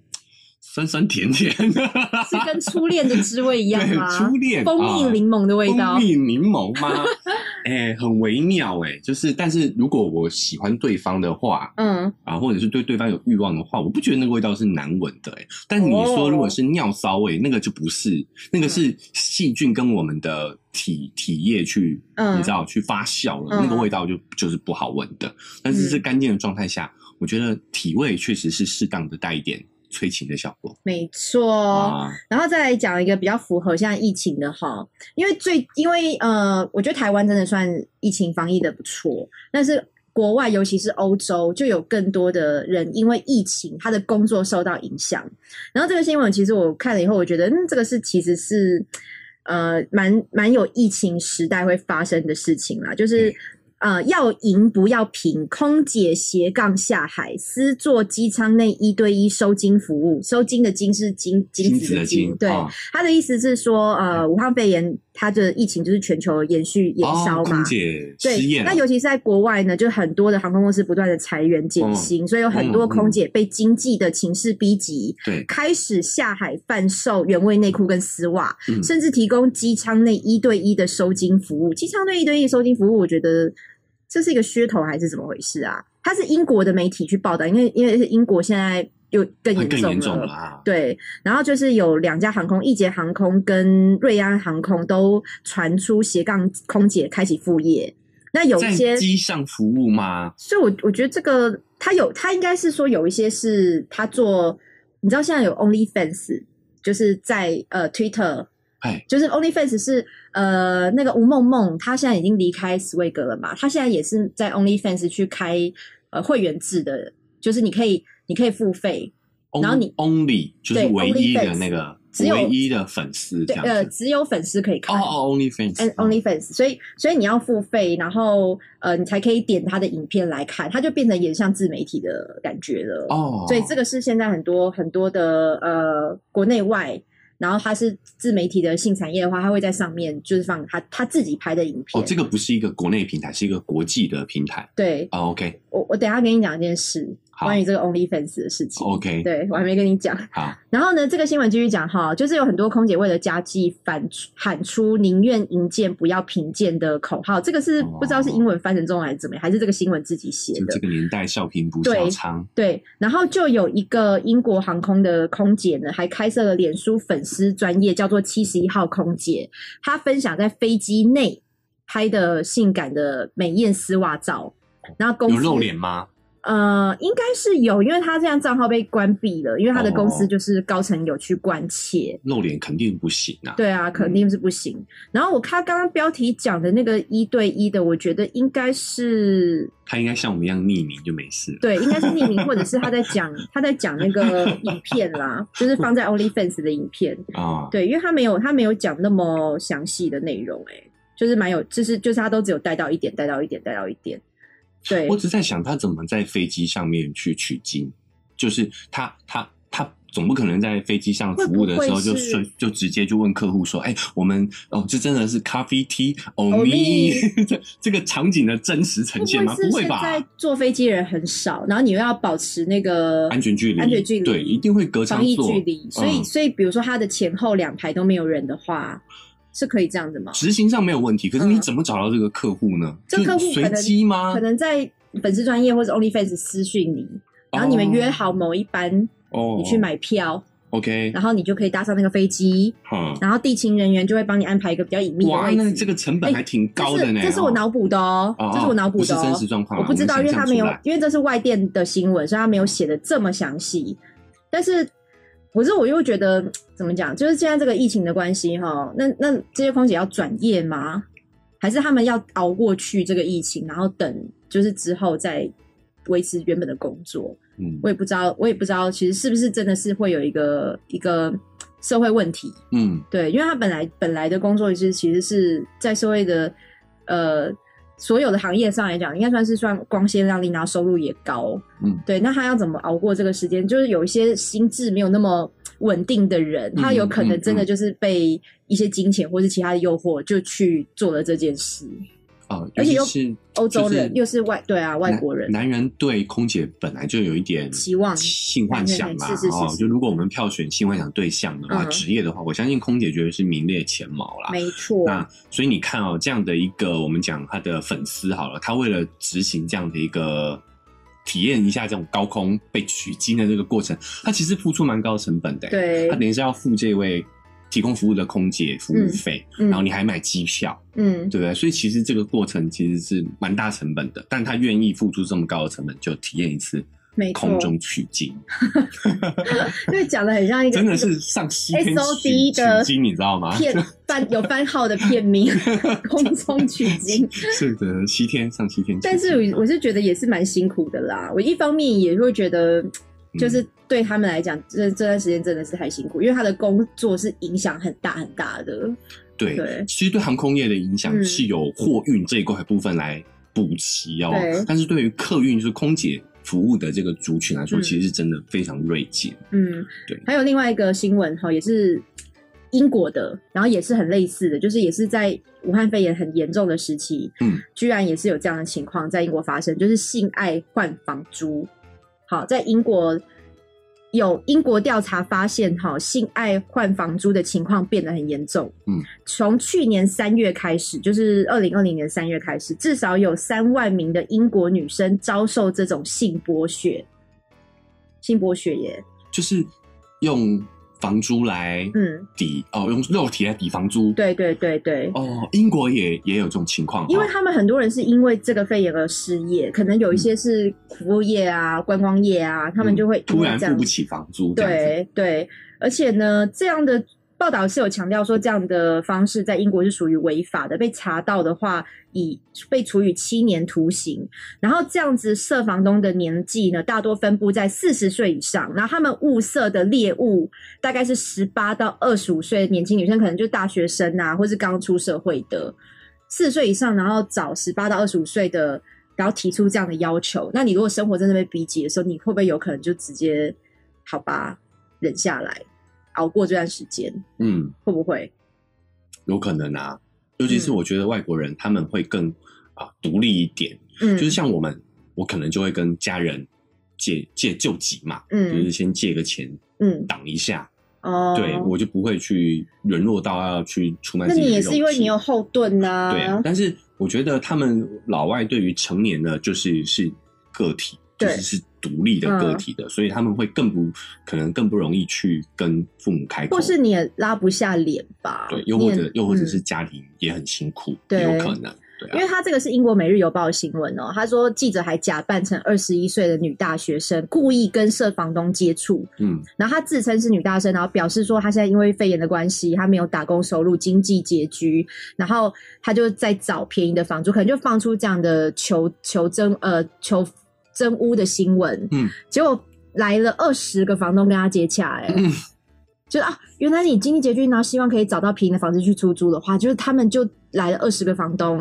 S2: 酸酸甜甜的，
S1: 是跟初恋的滋味一样
S2: *laughs* 对
S1: 吗？
S2: 初恋
S1: 蜂蜜柠檬的
S2: 啊
S1: 味道
S2: 蜂，蜜柠檬
S1: *laughs*
S2: 吗？哎、很微妙哎、就是但是如果我喜欢对方的话
S1: 嗯，
S2: 啊，或者是对对方有欲望的话，我不觉得那个味道是难闻的哎、但是你说
S1: 哦
S2: 如果是尿骚味，那个就不是，那
S1: 嗯
S2: 个是细菌跟我们的体体液去
S1: 嗯
S2: 你知道去发酵了，
S1: 嗯
S2: 那个味道就就是不好闻的。但是是干净的状态下，我觉得体味确实是适当的带一点催情的效果、
S1: 没错。
S2: 啊。
S1: 然后再来讲一个比较符合现在疫情的哈，因为最因为呃，我觉得台湾真的算疫情防疫的不错，但是国外尤其是欧洲就有更多的人因为疫情，他的工作受到影响。然后这个新闻其实我看了以后，我觉得嗯，这个是其实是呃蛮蛮有疫情时代会发生的事情啦，就是。呃，要赢不要平，空姐斜杠下海，私做机舱内一对一收金服务，收金的金是金金
S2: 金
S1: 子
S2: 子
S1: 的
S2: 的
S1: 金，
S2: 金
S1: 对，
S2: 哦
S1: 他的意思是说，
S2: 嗯
S1: 呃，武汉肺炎它的疫情就是全球延续延烧
S2: 哦，
S1: 嘛
S2: 空。姐
S1: 对
S2: 失业，了
S1: 那尤其是在国外呢，就很多的航空公司不断的裁员减
S2: 嗯
S1: 薪，所以有很多空姐被经济的情势逼急，
S2: 嗯对，
S1: 开始下海贩售原味内裤跟丝袜，
S2: 嗯
S1: 甚至提供机舱内一对一的收金服务。机舱内一对一的收金服务，我觉得这是一个噱头还是怎么回事啊？它是英国的媒体去报道，因为因为是英国现在又更
S2: 会
S1: 严
S2: 更
S1: 重
S2: 严重了啊。
S1: 对，然后就是有两家航空，易捷航空跟瑞安航空都传出斜杠空姐开启副业。那有一些
S2: 在，机上服务吗？
S1: 所以我我觉得这个他有，他应该是说有一些是他做，你知道现在有 OnlyFans，就是在呃 Twitter。
S2: 哎，
S1: 就是 OnlyFans 是呃那个吴梦梦，她现在已经离开 Swag 了嘛，她现在也是在 OnlyFans 去开呃会员制的，就是你可以你可以付费，然后你
S2: only 就是
S1: 对
S2: 唯一的
S1: OnlyFans，
S2: 那个
S1: 只有
S2: 唯一的粉丝这
S1: 对
S2: 样
S1: 呃
S2: 子。
S1: 只有粉丝可以
S2: 哦
S1: 看。
S2: 哦，only fans
S1: and OnlyFans，所以所以你要付费，然后呃，你才可以点他的影片来看，它就变成也像自媒体的感觉了。
S2: 哦，
S1: 所以这个是现在很多很多的呃国内外，然后它是自媒体的性产业的话，它会在上面就是放他他自己拍的影片。
S2: 哦，这个不是一个国内平台，是一个国际的平台。
S1: 对
S2: 哦，OK
S1: 我我等一下跟你讲一件事，
S2: 好哦
S1: 关于这个 OnlyFans 的事情。
S2: OK，
S1: 对我还没跟你讲。
S2: 好，
S1: *laughs* 然后呢，这个新闻继续讲哈，就是有很多空姐为了家计反喊出“宁愿银件不要贫贱”的口号，这个是
S2: 哦
S1: 不知道是英文翻成中文还是怎么样，还是这个新闻自己写
S2: 就
S1: 的
S2: 这。个年代，笑贫不
S1: 对
S2: 笑娼。
S1: 对，然后就有一个英国航空的空姐呢，还开设了脸书粉丝专业，叫做“七十一号空姐”，她分享在飞机内拍的性感的美艳丝袜照，然后公
S2: 哦有
S1: 司
S2: 露脸吗？
S1: 呃，应该是有，因为她这样账号被关闭了，因为她的公司
S2: 哦
S1: 就是高层有去关切。
S2: 露脸肯定不行啊。
S1: 对啊，肯定是不行。然后我看刚刚标题讲的那个一对一的，我觉得应该是
S2: 他应该像我们一样匿名就没事了。
S1: 对，应该是匿名，或者是他在讲他在讲那个影片啦，就是放在 OnlyFans 的影片。
S2: 啊，
S1: 对，因为他没有他没有讲那么详细的内容、欸，就是蛮有，就是就是他都只有带到一点，带到一点，带到一点。对
S2: 我只在想他怎么在飞机上面去取经，就是他他他总不可能在飞机上服务的时候
S1: 会不
S2: 就
S1: 会是
S2: 顺就直接就问客户说，哎，我们哦，这真的是咖啡 tea
S1: 欧
S2: 欧
S1: 米
S2: 米 *laughs* 这这个场景的真实呈现吗？
S1: 哦会
S2: 不
S1: 不会
S2: 会
S1: 是现在
S2: 吧？
S1: 坐飞机人很少，然后你又要保持那个
S2: 安全距离，
S1: 安全距离
S2: 对，一定会隔
S1: 防
S2: 舱
S1: 疫
S2: 坐
S1: 距。离，所以、
S2: 嗯
S1: 所以比如说他的前后两排都没有人的话，是可以这样子吗？
S2: 执行上没有问题，可是你
S1: 嗯
S2: 怎么找到这个客户呢？
S1: 这客户
S2: 就随
S1: 可能
S2: 机吗
S1: 可？能在粉丝专业或者 OnlyFans 私讯你，然后你们约好某一班，
S2: 哦，
S1: 你去买票，
S2: OK，
S1: 然后你就可以搭上那个飞机，
S2: 好，
S1: 然后地勤人员就会帮你安排一个比较隐秘的
S2: 哇，
S1: 位
S2: 那
S1: 置。
S2: 这个成本
S1: 哎
S2: 还挺高
S1: 这
S2: 的
S1: 是
S2: 呢。
S1: 这是我
S2: 哦
S1: 脑补的哦，
S2: 哦
S1: 这是我脑补的
S2: 不是真实
S1: 哦，
S2: 状况
S1: 我
S2: 啊，
S1: 不知道，因为他没有
S2: 我们想象出来，
S1: 因为这是外电的新闻，所以他没有写的这么详细。但是，可是我又觉得怎么讲，就是现在这个疫情的关系哈，那那这些空姐要转业吗？还是他们要熬过去这个疫情，然后等就是之后再维持原本的工作？
S2: 嗯
S1: 我也不知道，我也不知道，其实是不是真的是会有一个一个社会问题？
S2: 嗯，
S1: 对，因为他本来本来的工作是其实是在社会的呃所有的行业上来讲，应该算是算光鲜亮丽，然后收入也高。
S2: 嗯，
S1: 对，那他要怎么熬过这个时间？就是有一些心智没有那么稳定的人，他有可能真
S2: 嗯
S1: 的就是被一些金钱或是其他的诱惑，就去做了这件事。
S2: 哦，
S1: 而且
S2: 尤
S1: 又
S2: 其是
S1: 欧洲人、
S2: 就是
S1: 又是外对啊外
S2: 男
S1: 国人，
S2: 男人对空姐本来就有一点
S1: 期望
S2: 性幻想
S1: 对对
S2: 嘛，
S1: 对是是是
S2: 哦，
S1: 是
S2: 就如果我们票选性幻想对象的话，
S1: 嗯
S2: 职业的话，我相信空姐绝对是名列前茅啦。
S1: 没错，
S2: 那所以你看哦，这样的一个我们讲他的粉丝好了，他为了执行这样的一个体验一下这种高空被取经的这个过程，他其实付出蛮高的成本的。，欸
S1: 对
S2: 他，等于是要付这位提供服务的空姐服务费，
S1: 嗯
S2: 然后你还买机票，
S1: 嗯，
S2: 对不对？所以其实这个过程其实是蛮大成本的，但他愿意付出这么高的成本，就体验一次
S1: 没错
S2: 空，中取经，
S1: 因为讲的很像一个
S2: 真的是啊上西天
S1: SOD
S2: 取
S1: 的
S2: 取经，你知道吗？ *laughs*
S1: 片番有番号的片名，空中取经。
S2: 是的，西天上西天取经。嗯
S1: 但是我我是觉得也是蛮辛苦的啦。我一方面也会觉得，就是对他们来讲，这这段时间真的是太辛苦，因为他的工作是影响很大很大的。
S2: 对，
S1: 对
S2: 其实对航空业的影
S1: 嗯
S2: 响是有货运这一块部分来补齐哦
S1: 对。
S2: 但是对于客运就是空姐服务的这个族群来说，
S1: 嗯
S2: 其实是真的非常锐减。
S1: 嗯，
S2: 对
S1: 还有另外一个新闻哈，也是英国的，然后也是很类似的，就是也是在武汉肺炎很严重的时期，
S2: 嗯，
S1: 居然也是有这样的情况在英国发生，就是性爱换房租。好，在英国有英国调查发现，哈，性爱换房租的情况变得很严重。
S2: 嗯，
S1: 从去年三月开始，就是二零二零年三月开始，至少有三万名的英国女生遭受这种性剥削。性剥削耶，
S2: 就是用房租来
S1: 嗯，
S2: 抵、哦，用肉体来抵房租。
S1: 对对对对，
S2: 哦，英国也也有这种情况、哦，
S1: 因为他们很多人是因为这个肺炎而失业，可能有一些是服务业啊、观光业啊，他们就会
S2: 嗯突
S1: 因
S2: 然
S1: 为这
S2: 付
S1: 样
S2: 不起房租，这样子。
S1: 对对，而且呢，这样的报道是有强调说，这样的方式在英国是属于违法的，被查到的话，以被处以七年徒刑。然后这样子涉房东的年纪呢，大多分布在四十岁以上，然后他们物色的猎物大概是十八到二十五岁的年轻女生，可能就大学生啊，或是刚出社会的四十岁以上，然后找十八到二十五岁的。然后提出这样的要求，那你如果生活真的被逼急的时候，你会不会有可能就直接好吧，忍下来，熬过这段时间，
S2: 嗯，
S1: 会不会？
S2: 有可能啊。尤其是
S1: 嗯
S2: 我觉得外国人他们会更啊独立一点，
S1: 嗯，
S2: 就是像我们，我可能就会跟家人借借救急嘛，就是
S1: 嗯
S2: 先借个钱
S1: 嗯
S2: 挡一下，
S1: 哦，
S2: 对我就不会去沦落到要去出卖
S1: 那
S2: 自己的
S1: 你
S2: 肉
S1: 也是
S2: 体。
S1: 因为你有后盾呐、
S2: 对啊，但是我觉得他们老外对于成年的，就是是个体，就
S1: 对嗯
S2: 是是独立的个体的，所以他们会更不可能更不容易去跟父母开口，
S1: 或是你也拉不下脸吧？
S2: 对，又或
S1: 你
S2: 者
S1: 也
S2: 又或者是
S1: 嗯
S2: 家庭也很辛苦，
S1: 对
S2: 有可能，对
S1: 因
S2: 啊，
S1: 为他这个是英国《每日邮报》的新闻哦，他说记者还假扮成二十一岁的女大学生，故意跟涉房东接触，
S2: 嗯，
S1: 然后她自称是女大生，然后表示说她现在因为肺炎的关系，她没有打工收入，经济拮据，然后她就在找便宜的房租，可能就放出这样的求求真呃求真屋的新闻，
S2: 嗯，
S1: 结果来了二十个房东跟她接洽、欸，哎、
S2: 嗯
S1: 就啊，原来你经济拮据，然后希望可以找到便宜的房子去出租的话，就是他们就来了二十个房东，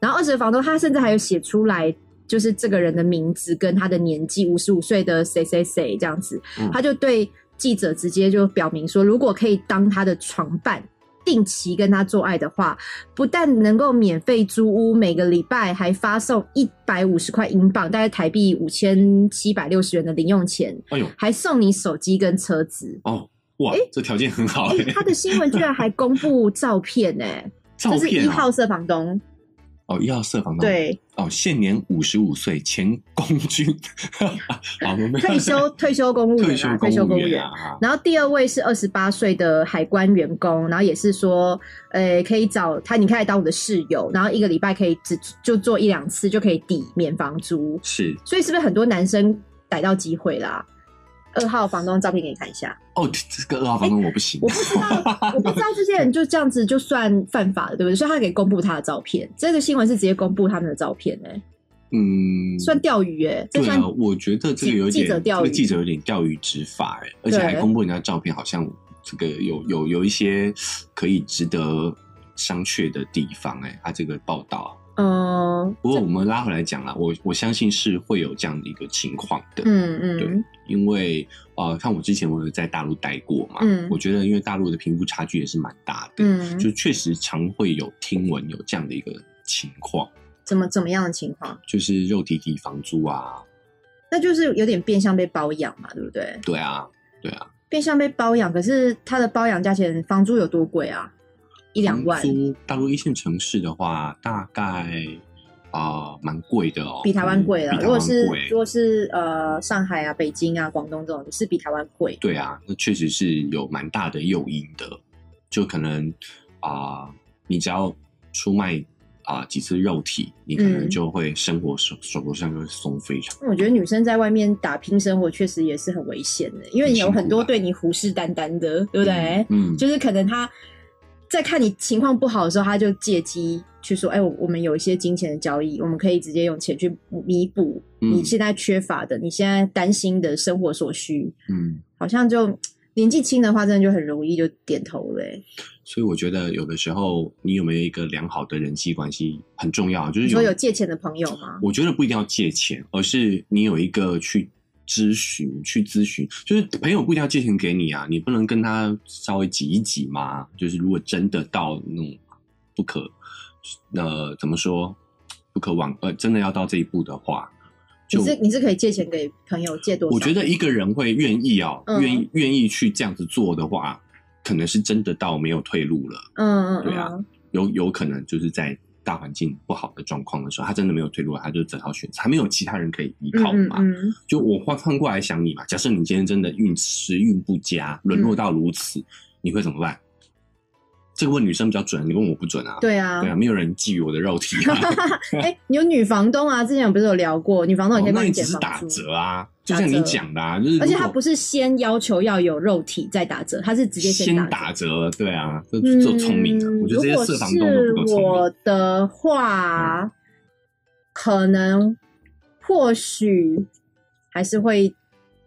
S1: 然后二十个房东他甚至还有写出来。就是这个人的名字跟他的年纪，五十五岁的谁谁谁这样子，他就对记者直接就表明说，如果可以当他的床伴，定期跟他做爱的话，不但能够免费租屋，每个礼拜还发送一百五十块英镑，大概台币五千七百六十元的零用钱，
S2: 哎呦，
S1: 还送你手机跟车子。
S2: 哦，哇，这条件很好、
S1: 哎、
S2: 欸，
S1: 他的新闻居然还公布照片哎、
S2: 照
S1: 这是一
S2: 片、
S1: 号
S2: 啊、
S1: 色房东，
S2: 哦，一号色房东，，
S1: 对，
S2: 哦，现年五十五岁，前公军， *laughs* 好，我们
S1: 退
S2: *laughs*
S1: 休退休公务员
S2: 退
S1: 啊，
S2: 休
S1: 退休公务员
S2: 员。啊，
S1: 然后第二位是二十八岁的海关员工，然后也是说，呃，可以找他，你可以当我的室友，然后一个礼拜可以只就做一两次就可以抵免房租，
S2: 是
S1: 所以是不是很多男生逮到机会啦？二号房东照片给你看一
S2: *laughs*
S1: 下，
S2: 哦，这个二号房东我不行，啊
S1: 我不知道，我不知道这些人就这样子就算犯法了，对不对？所以他可以公布他的照片，这个新闻是直接公布他们的照片、欸，
S2: 嗯，
S1: 算钓鱼、欸，这
S2: 对
S1: 算
S2: 啊，我觉得这个
S1: 记
S2: 有点，
S1: 记者钓
S2: 这
S1: 鱼
S2: 个记者有点钓鱼执法哎、而且
S1: 对
S2: 还公布人家照片，好像这个有有有一些可以值得商榷的地方哎、啊，这个报道啊。
S1: 嗯
S2: 不过我们拉回来讲啦，我我相信是会有这样的一个情况的，
S1: 嗯
S2: 对
S1: 嗯
S2: 因为呃，看我之前我有在大陆待过嘛，
S1: 嗯
S2: 我觉得因为大陆的贫富差距也是蛮大的，
S1: 嗯，
S2: 就确实常会有听闻有这样的一个情况，
S1: 怎么怎么样的情况？
S2: 就是肉体抵房租啊，
S1: 那就是有点变相被包养嘛，对不对？
S2: 对啊，对啊，
S1: 变相被包养，可是他的包养价钱房租有多贵啊？一两万，
S2: 租大陆一线城市的话，大概啊蛮、贵的哦，
S1: 比台湾贵了。
S2: 嗯比
S1: 如
S2: 台
S1: 果
S2: 湾
S1: 是
S2: 贵
S1: 如果是呃上海啊、北京啊、广东这种，是比台湾贵。
S2: 对啊，那确实是有蛮大的诱因的，就可能啊、你只要出卖啊、几次肉体，你可能
S1: 嗯
S2: 就会生活手、手头上就会松非常。
S1: 我觉得女生在外面打拼生活确实也是很危险的，因为
S2: 很
S1: 有
S2: 辛苦
S1: 很多
S2: 啊
S1: 对你虎视眈眈的，对不对？
S2: 嗯，
S1: 就是可能他在看你情况不好的时候，他就借机去说：“哎、我我们有一些金钱的交易，我们可以直接用钱去弥补
S2: 嗯
S1: 你现在缺乏的、你现在担心的生活所需。”
S2: 嗯，
S1: 好像就年纪轻的话，真的就很容易就点头了、欸。
S2: 所以我觉得有的时候你有没有一个良好的人际关系很重要，啊就是
S1: 你说有借钱的朋友吗？
S2: 我觉得不一定要借钱，而是你有一个去咨询、去咨询，就是朋友不一定要借钱给你啊，你不能跟他稍微挤一挤嘛。就是如果真的到那种不可呃怎么说不可挽呃真的要到这一步的话。
S1: 你是你是可以借钱给朋友借多少？
S2: 我觉得一个人会愿意哦，
S1: 嗯
S2: 愿意愿意去这样子做的话，可能是真的到没有退路了。
S1: 嗯嗯，
S2: 对啊
S1: 嗯
S2: 有有可能就是在大环境不好的状况的时候，他真的没有退路，他就只好选择，他没有其他人可以依靠
S1: 嗯
S2: 嘛。
S1: 嗯嗯，
S2: 就我换换过来想你嘛，假设你今天真的运时运不佳，沦落到如此，
S1: 嗯
S2: 你会怎么办？这个问女生比较准，你问我不准啊。
S1: 对啊
S2: 对，啊，没有人觊觎我的肉体啊。
S1: *laughs* 哎、你有女房东啊？之前我不是有聊过，女房东也可以
S2: 哦那
S1: 帮
S2: 你只
S1: 减
S2: 是打
S1: 房租。
S2: 折啊，就
S1: 打
S2: 像你
S1: 折
S2: 讲的，啊，就是
S1: 而且
S2: 如
S1: 他
S2: 果
S1: 不是先要求要有肉体再打折，他是直接
S2: 先
S1: 打折。
S2: 打折，对啊，这
S1: 嗯，
S2: 这种聪明的，我觉得这些社房东都不
S1: 如果
S2: 够聪
S1: 是
S2: 明。嗯
S1: 我的话，可能或许还是会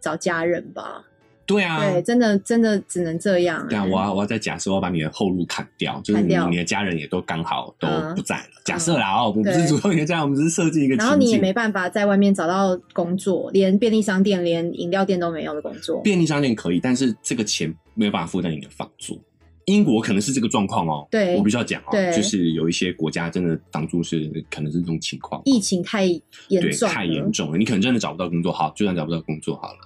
S1: 找家人吧。
S2: 对啊，
S1: 对，真的真的只能这样、嗯
S2: 对啊，我要我要再假设，我要把你的后路砍掉，就是
S1: 砍
S2: 你
S1: 掉
S2: 你的家人也都刚好都
S1: 嗯
S2: 不在了。假设啦哦，我不是
S1: 对
S2: 主动你的家人，我们只是设计一个
S1: 然后
S2: 情
S1: 你也
S2: 境。
S1: 没办法在外面找到工作，连便利商店、连饮料店都没有的工作。
S2: 便利商店可以，但是这个钱没有办法负担你的房租。英国可能是这个状况哦，
S1: 对
S2: 我必须要讲哦，
S1: 对
S2: 就是有一些国家真的房租是呃可能是这种情况，
S1: 疫情太严
S2: 对，
S1: 重
S2: 太严
S1: 了，
S2: 重了，你可能真的找不到工作，好，就算找不到工作好了，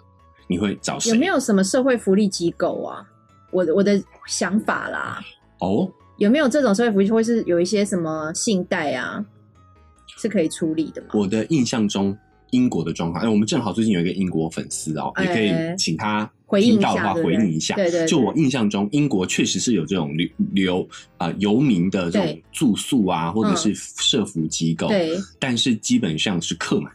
S2: 你会找谁？
S1: 有没有什么社会福利机构啊？我的我的想法啦，
S2: 哦，
S1: 有没有这种社会福利，或是有一些什么信贷啊，是可以处理的吗？
S2: 我的印象中，英国的状况，哎，我们正好最近有一个英国粉丝哦，
S1: 哎
S2: 也可以请他
S1: 回应
S2: 听
S1: 一下
S2: 到的话
S1: 对不
S2: 回
S1: 对
S2: 应一下。
S1: 对对对
S2: 就我印象中，英国确实是有这种流流啊、游民的这种
S1: 对
S2: 住宿啊，或者
S1: 嗯
S2: 是社服机构，
S1: 对，
S2: 但是基本上是客满。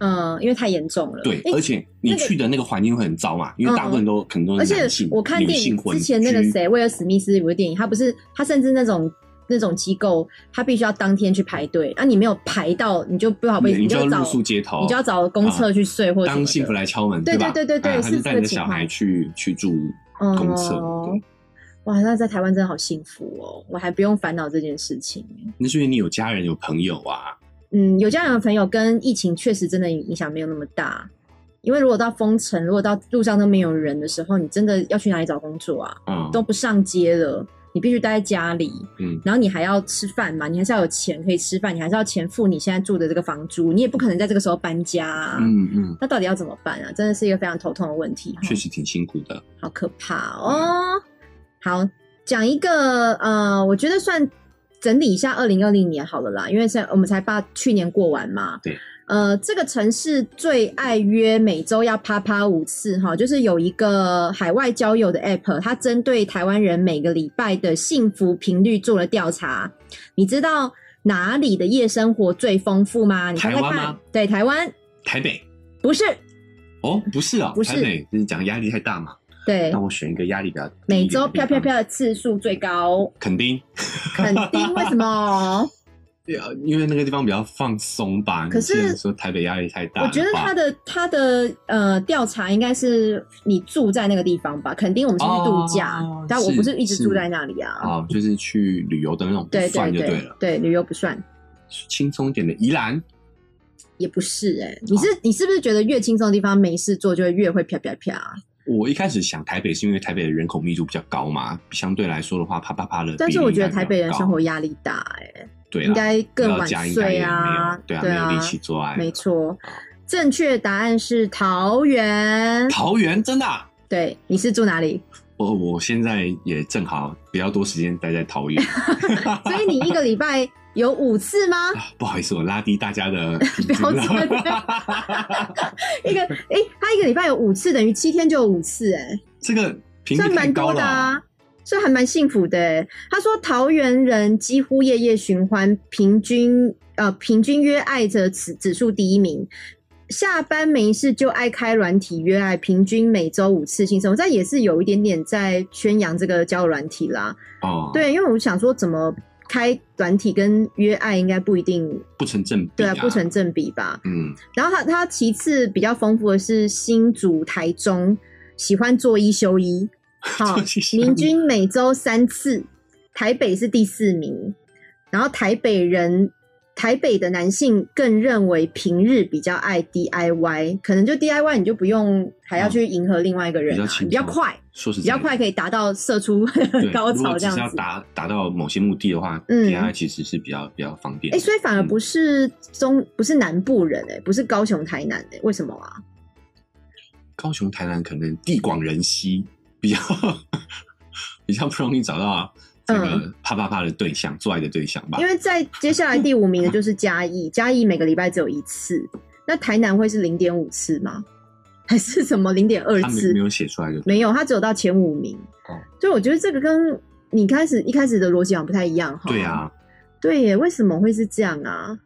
S1: 嗯，因为太严重了。
S2: 对，
S1: 诶
S2: 而且你
S1: 那个嗯
S2: 去的那个环境会很糟嘛，因为大部分都很多
S1: 而
S2: 是
S1: 且
S2: 男性、
S1: 我看
S2: 女
S1: 电
S2: 性
S1: 影
S2: 混
S1: 之前那个
S2: 居
S1: 谁，威尔史密斯有部电影，他不是他甚至那种那种机构，他必须要当天去排队，啊，你没有排到，你就不好被，
S2: 你就
S1: 就
S2: 要
S1: 找
S2: 露宿街头，
S1: 你就要找公厕去睡或者什
S2: 当
S1: 么
S2: 幸
S1: 的
S2: 福来敲门，
S1: 对
S2: 吧？
S1: 对对对对是
S2: 啊他就
S1: 这
S2: 带
S1: 个
S2: 你的
S1: 情
S2: 小
S1: 况
S2: 孩去去住公厕，对
S1: 哦。哇，那在台湾真的好幸福哦，我还不用烦恼这件事情。
S2: 那是因为你有家人有朋友啊，
S1: 嗯，有家人的朋友跟疫情确实真的影响没有那么大，因为如果到封城，如果到路上都没有人的时候，你真的要去哪里找工作啊？
S2: 嗯，
S1: 都不上街了，你必须待在家里，
S2: 嗯，
S1: 然后你还要吃饭嘛，你还是要有钱可以吃饭，你还是要钱付你现在住的这个房租，你也不可能在这个时候搬家、啊，
S2: 嗯嗯，
S1: 那到底要怎么办啊？真的是一个非常头痛的问题，
S2: 确实挺辛苦的。
S1: 好可怕哦。好，讲一个呃，我觉得算整理一下二零二零年好了啦，因为现在我们才把去年过完嘛。
S2: 对。
S1: 呃，这个城市最爱约每周要啪啪五次哈，就是有一个海外交友的 app，它针对台湾人每个礼拜的幸福频率做了调查。你知道哪里的夜生活最丰富吗？你猜猜
S2: 台湾
S1: 看
S2: 吗？
S1: 对，台湾
S2: 台北
S1: 不是
S2: 哦，不是啊，
S1: 不是
S2: 台北就是讲压力太大嘛。
S1: 对
S2: 那，我选一个压力比较低一点
S1: 每
S2: 的地
S1: 周
S2: 方
S1: 飘飘，飘的次数最高，
S2: 肯定，
S1: 肯定为什么？
S2: *laughs* 对啊因为那个地方比较放松吧。
S1: 可是
S2: 你既然说台北压力太大，
S1: 我觉得他的他的呃调查应该是你住在那个地方吧，肯定我们是去度假，
S2: 哦
S1: 但我
S2: 是
S1: 不是一直
S2: 是
S1: 住在那里啊。
S2: 啊，就是去旅游的那种不
S1: 对对
S2: 算就
S1: 对
S2: 了，
S1: 对，旅游不算，
S2: 轻松一点的宜兰
S1: 也不是哎、
S2: 哦
S1: 你是你是不是觉得越轻松的地方没事做就会越会啪啪啪？
S2: 我一开始想台北是因为台北的人口密度比较高嘛，相对来说的话，啪啪啪的比例应该比较高。
S1: 但是我觉得台北人生活压力大哎、
S2: 对啊啦
S1: 应该更
S2: 要
S1: 晚
S2: 加应该
S1: 睡
S2: 也没
S1: 啊
S2: 有，对啊，
S1: 对
S2: 没有力
S1: 啊，
S2: 气哦做爱。
S1: 没错。正确答案是桃园，
S2: 桃园真的啊、
S1: 对，你是住哪
S2: *laughs*
S1: 里？
S2: 我我现在也正好比较多时间待在桃
S1: *laughs*
S2: 园，
S1: 所以你一个礼拜有五次吗？
S2: 啊不好意思，我拉低大家的平
S1: 标
S2: 均
S1: 准
S2: 了。
S1: 一个哎、他一个礼拜有五次，等于七天就有五次哎、
S2: *laughs* 这个频
S1: 算
S2: 率太
S1: 蛮
S2: 高
S1: 多
S2: 了
S1: 的
S2: 哦、
S1: 啊，所以还蛮幸福的欸。他说，桃园人几乎夜夜循环，平均呃平均约爱的指指数第一名。下班没事就爱开软体约爱，平均每周五次性生活，这也是有一点点在宣扬这个交友软体啦。
S2: 哦，，
S1: 对，因为我想说，怎么开软体跟约爱应该不一定
S2: 不成正比、
S1: 对啊，不成正比吧。
S2: 嗯，
S1: 然后它
S2: *laughs*
S1: 它其次比较丰富的是新竹、台中，喜欢做一休一，好
S2: 做迹，象
S1: 民军每周三次，台北是第四名，然后台北人。台北的男性更认为平日比较爱 DIY，可能就 DIY 你就不用还要去迎合另外一个人啊，
S2: 嗯比较轻松
S1: 比较快，
S2: 说实
S1: 比
S2: 在
S1: 较
S2: 的，
S1: 快可以达到射出 *laughs*
S2: 对
S1: 高
S2: 如果
S1: 潮这
S2: 只
S1: 样
S2: 是要
S1: 子。
S2: 达达到某些目的的话
S1: 嗯
S2: ，DI 其实是比较比较方便
S1: 哎、
S2: 的。
S1: 所以反而
S2: 嗯
S1: 不是中，不是南部人哎、不是高雄、台南哎、为什么啊？
S2: 高雄、台南可能地广人稀，比较 *laughs* 比较不容易找到啊这个啪啪啪的对象，做爱的对象吧
S1: 嗯因。为在接下来第五名的就是嘉
S2: *laughs*
S1: 义，嘉义每个礼拜只有一次，那台南会是零点五次吗？ *laughs* 还是什么零点二
S2: 他没
S1: 次
S2: 没？有写出来就
S1: 没有，它只有到前五名。
S2: 哦
S1: 所以我觉得这个跟你开始一开始的逻辑好像不太一样哈。
S2: 对，啊，
S1: 对耶，为什么会是这样啊？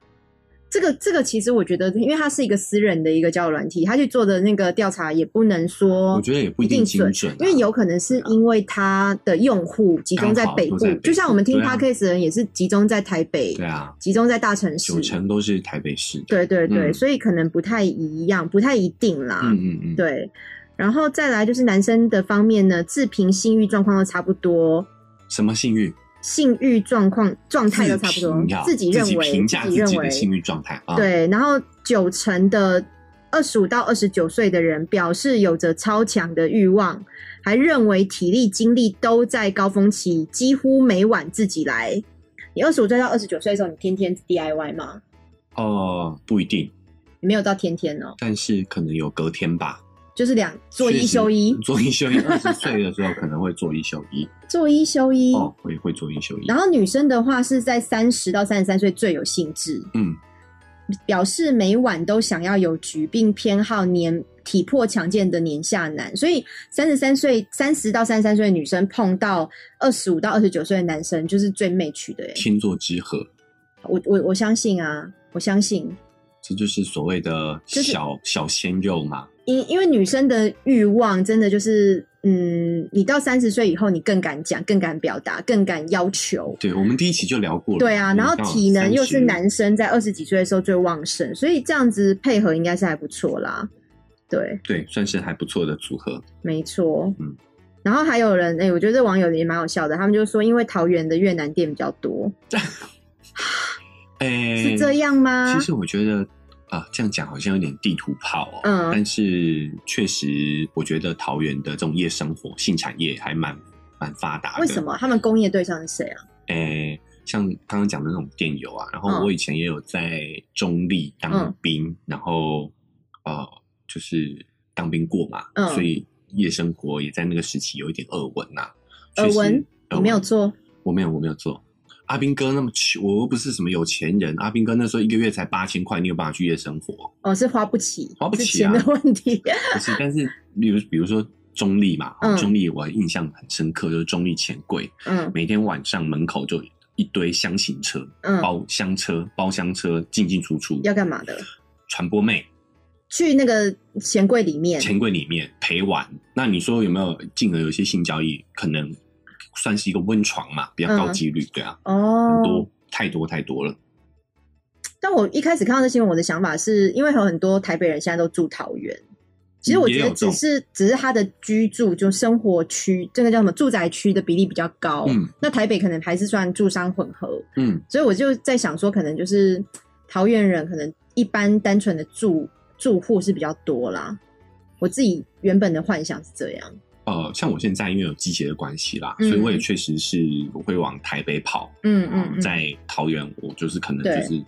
S1: 这个这个其实我觉得，因为它是一个私人的一个交友软体，他去做的那个调查也不能说，
S2: 我觉得也不
S1: 哦一定
S2: 定精
S1: 准
S2: 准啊，
S1: 因为有可能是因为它的用户集中在北部，
S2: 刚好都在北部
S1: 就像我们听
S2: 对啊
S1: podcast 的人也是集中在台北，
S2: 对啊，
S1: 集中在大城市
S2: 九，成都是台北市的。
S1: 对对对，
S2: 嗯
S1: 所以可能不太一样，不太一定啦，
S2: 嗯嗯嗯，
S1: 对。然后再来就是男生的方面呢，自评性欲状况都差不多，
S2: 什么性欲？
S1: 性欲状况状态都差不
S2: 自评
S1: 多
S2: 啊，
S1: 自己认为，
S2: 评价
S1: 认
S2: 己
S1: 为
S2: 的性欲状态啊。，
S1: 对，然后九成的二十五到二十九岁的人表示有着超强的欲望，还认为体力、精力都在高峰期，几乎每晚自己来。你二十五岁到二十九岁的时候，你天天 DIY 吗？
S2: 哦，不一定，
S1: 你没有到天天哦，
S2: 但是可能有隔天吧。
S1: 就是两做
S2: 确
S1: 一
S2: 实嗯
S1: 休一，
S2: 做一休一。二十岁的时候可能会做一休一，
S1: 做一休 *laughs* 一。
S2: 哦，会会做一休一
S1: 然。后女生的话是在三十到三十三岁最有兴致，
S2: 嗯，
S1: 表示每晚都想要有局，并偏好年体魄强健的年下男。所以三十三岁、三十到三十三岁的女生碰到二十五到二十九岁的男生，就是最 match 的、欸。
S2: 天作之合，
S1: 我我我相信啊，我相信，
S2: 这就是所谓的
S1: 就是
S2: 小、小鲜肉嘛。
S1: 因因为女生的欲望真的就是，嗯，你到三十岁以后，你更敢讲，更敢表达，更敢要求。
S2: 对，我们第一期就聊过了。
S1: 对啊，
S2: 嗯
S1: 然后
S2: 到
S1: 体能又是
S2: 30
S1: 男生在二十几岁的时候最旺盛，所以这样子配合应该是还不错啦。对，
S2: 对，算是还不错的组合。
S1: 没错，
S2: 嗯
S1: 然后还有人，哎、我觉得这网友也蛮好笑的，他们就说，因为桃园的越南店比较多，
S2: 哎、
S1: 是这样吗
S2: 其？实我觉得啊、这样讲好像有点地图炮哦。
S1: 嗯
S2: 但是确实，我觉得桃园的这种夜生活、性产业还蛮蛮发达的。
S1: 为什？么他们工业对象是谁啊？
S2: 哎、像刚刚讲的那种电游啊，然
S1: 嗯
S2: 后我以前也有在中立当
S1: 嗯
S2: 兵，然后呃，就是当兵过嘛，
S1: 嗯
S2: 所以夜生活也在那个时期有一点耳闻呐、
S1: 耳闻
S2: 确实
S1: 你没有做，
S2: 我没有，我没有做。阿兵哥那么穷，我又不是什么有钱人。阿兵哥那时候一个月才八千块，你有办法去夜生活？ *laughs*
S1: 哦，是花不起，
S2: 花不
S1: 是
S2: 起
S1: 钱
S2: 啊
S1: 的问题。
S2: 不是，但是比如比如说中立嘛，
S1: 嗯
S2: 中立我印象很深刻，就是中立钱柜，
S1: 嗯
S2: 每天晚上门口就一堆箱型车、
S1: 嗯，
S2: 包厢车、包厢车进进出出，
S1: 要干嘛的？
S2: 传播妹
S1: 去那个钱柜里面，
S2: 钱柜里面陪玩。那你说有没有进而有一些性交易？可能算是一个温床嘛，比较高
S1: 嗯
S2: 几率，对啊，很
S1: 哦
S2: 多，太多太多了。
S1: 但我一开始看到这新闻，我的想法是因为有很多台北人现在都住桃园，其实我觉
S2: 嗯也
S1: 得
S2: 有这
S1: 只
S2: 种
S1: 是只是他的居住就生活区这个叫什么住宅区的比例比较高，
S2: 嗯
S1: 那台北可能还是算住商混合，
S2: 嗯，
S1: 所以我就在想说，可能就是桃园人可能一般单纯的住住户是比较多啦。我自己原本的幻想是这样，
S2: 呃，像我现在因为有机械的关系啦，
S1: 嗯
S2: 所以我也确实是我会往台北跑。
S1: 嗯
S2: 然
S1: 嗯
S2: 后
S1: 嗯，
S2: 在桃园，我就是可能
S1: 对
S2: 就是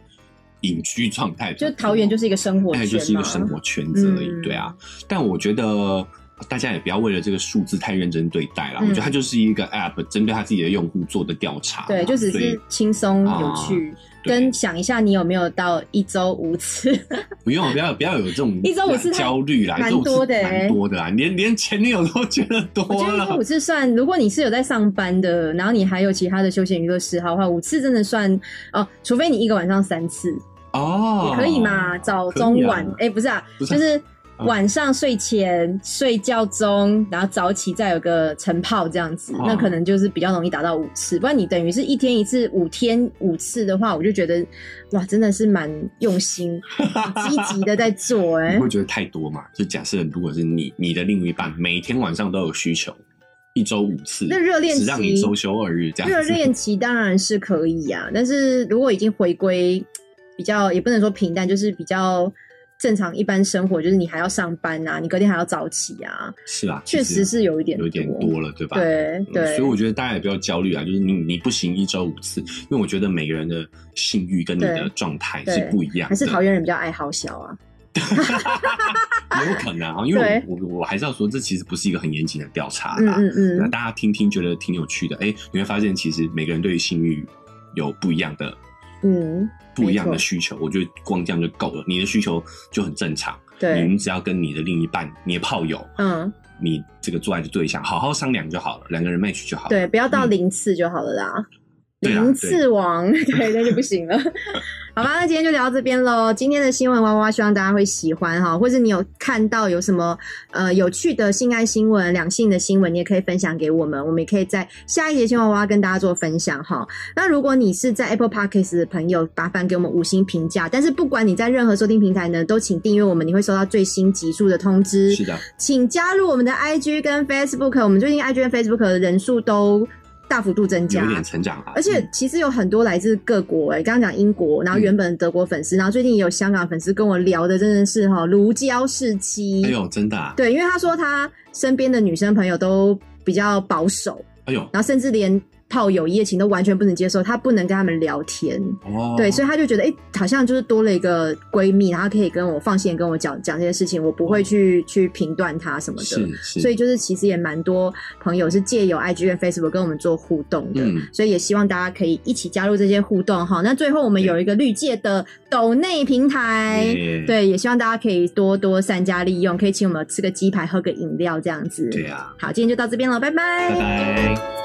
S2: 隐居状态比较
S1: 就
S2: 多，
S1: 桃园就是一个生活圈
S2: 哎，
S1: 嘛，
S2: 就是一个生活圈子而已，
S1: 嗯
S2: 对啊。但我觉得大家也不要为了这个数字太认真对待啦。
S1: 嗯
S2: 我觉得它就是一个 App 针对它自己的用户做的调查啦，
S1: 对，就只
S2: 所以啊
S1: 是轻松有趣，
S2: 对
S1: 跟想一下你有没有到一周五
S2: *laughs*
S1: 次，
S2: 不用不要不要有这种
S1: 一周五次太
S2: 焦虑啦，
S1: 蛮
S2: 一周五次
S1: 多的欸
S2: 蛮多的啦，啊连连前女友都觉得多
S1: 我觉得一周
S2: 了
S1: 五。次算，如果你是有在上班的，然后你还有其他的休闲娱乐嗜好的话，五次真的算哦，除非你一个晚上三次
S2: 哦，
S1: 也可以嘛，早中晚，哎、不是啊，
S2: 不是啊
S1: 就是
S2: 啊
S1: 晚上睡前、睡觉中，然后早起再有个晨泡这样子，
S2: 哦
S1: 那可能就是比较容易达到五次。不然你等于是一天一次，五天五次的话，我就觉得哇，真的是蛮用
S2: *laughs*
S1: 心、积极的在做哎、
S2: 你会觉得太多嘛？就假设如果是你，你的另一半每天晚上都有需求，一周五次，
S1: 那热恋期
S2: 只让你周休二日这样子。
S1: 热恋期当然是可以啊，但是如果已经回归比较，也不能说平淡，就是比较正常一般生活，就是你还要上班啊，你隔天还要早起啊，
S2: 是啊，
S1: 确实是有一点
S2: 有点多了，对吧？
S1: 对
S2: 嗯
S1: 对，
S2: 所以我觉得大家也不要焦虑啊，就是你你不行一周五次，因为我觉得每个人的性欲跟你
S1: 对
S2: 的状态
S1: 对
S2: 是不一样
S1: 还
S2: 的，
S1: 是桃园人比较爱好小啊，
S2: 也有可能啊，因为
S1: 对
S2: 我我我还是要说，这其实不是一个很严谨的调查
S1: 嗯
S2: 啦，
S1: 嗯
S2: 那
S1: 嗯，
S2: 大家听听觉得挺有趣的，哎、你会发现其实每个人对于性欲有不一样的
S1: 嗯，
S2: 不一样
S1: 没错
S2: 的需求，我觉得光这样就够了，你的需求就很正常，你
S1: 对，
S2: 们只要跟你的另一半、你的炮友、
S1: 嗯
S2: 你这个做爱的对象好好商量就好了，两个人 match 就好了，
S1: 对，不要到
S2: 嗯
S1: 零次就好了啦。
S2: 对啊
S1: 零次王， *laughs* 对，那就不行了。好吧，那今天就聊到这边喽。今天的新闻哇哇，希望大家会喜欢哈，或者你有看到有什么呃有趣的性爱新闻、两性的新闻，你也可以分享给我们，我们也可以在下一节新闻哇哇跟大家做分享哈。那如果你是在 Apple Podcast 的朋友，麻烦给我们五星评价。但是不管你在任何收听平台呢，都请订阅我们，你会收到最新集数的通知。
S2: 是的，
S1: 请加入我们的 IG 跟 Facebook。我们最近 IG 跟 Facebook 的人数都大幅度增加
S2: 有，点成长啊，
S1: 而且
S2: 嗯
S1: 其实有很多来自各国、欸。刚刚讲英国，然后原本德国粉
S2: 嗯
S1: 丝，然后最近也有香港粉丝跟我聊的，真的是哈如胶似漆。
S2: 哎呦，真的、啊，
S1: 对，因为他说他身边的女生朋友都比较保守，
S2: 哎呦，
S1: 然后甚至连炮友一夜情都完全不能接受，他不能跟他们聊天。
S2: 哦，
S1: 对，所以他就觉得，哎、好像就是多了一个闺蜜，然后可以跟我放心地跟我讲讲这些事情，我不会去去评断她什么的。
S2: 是是，
S1: 所以就是其实也蛮多朋友是借由 IG 跟 Facebook 跟我们做互动的。
S2: 嗯，
S1: 所以也希望大家可以一起加入这些互动哈。那最后我们有一个绿界的抖内平台，
S2: 耶
S1: 对，也希望大家可以多多善加利用，可以请我们吃个鸡排、喝个饮料这样子。
S2: 对啊，
S1: 好，今天就到这边了，拜
S2: 拜拜。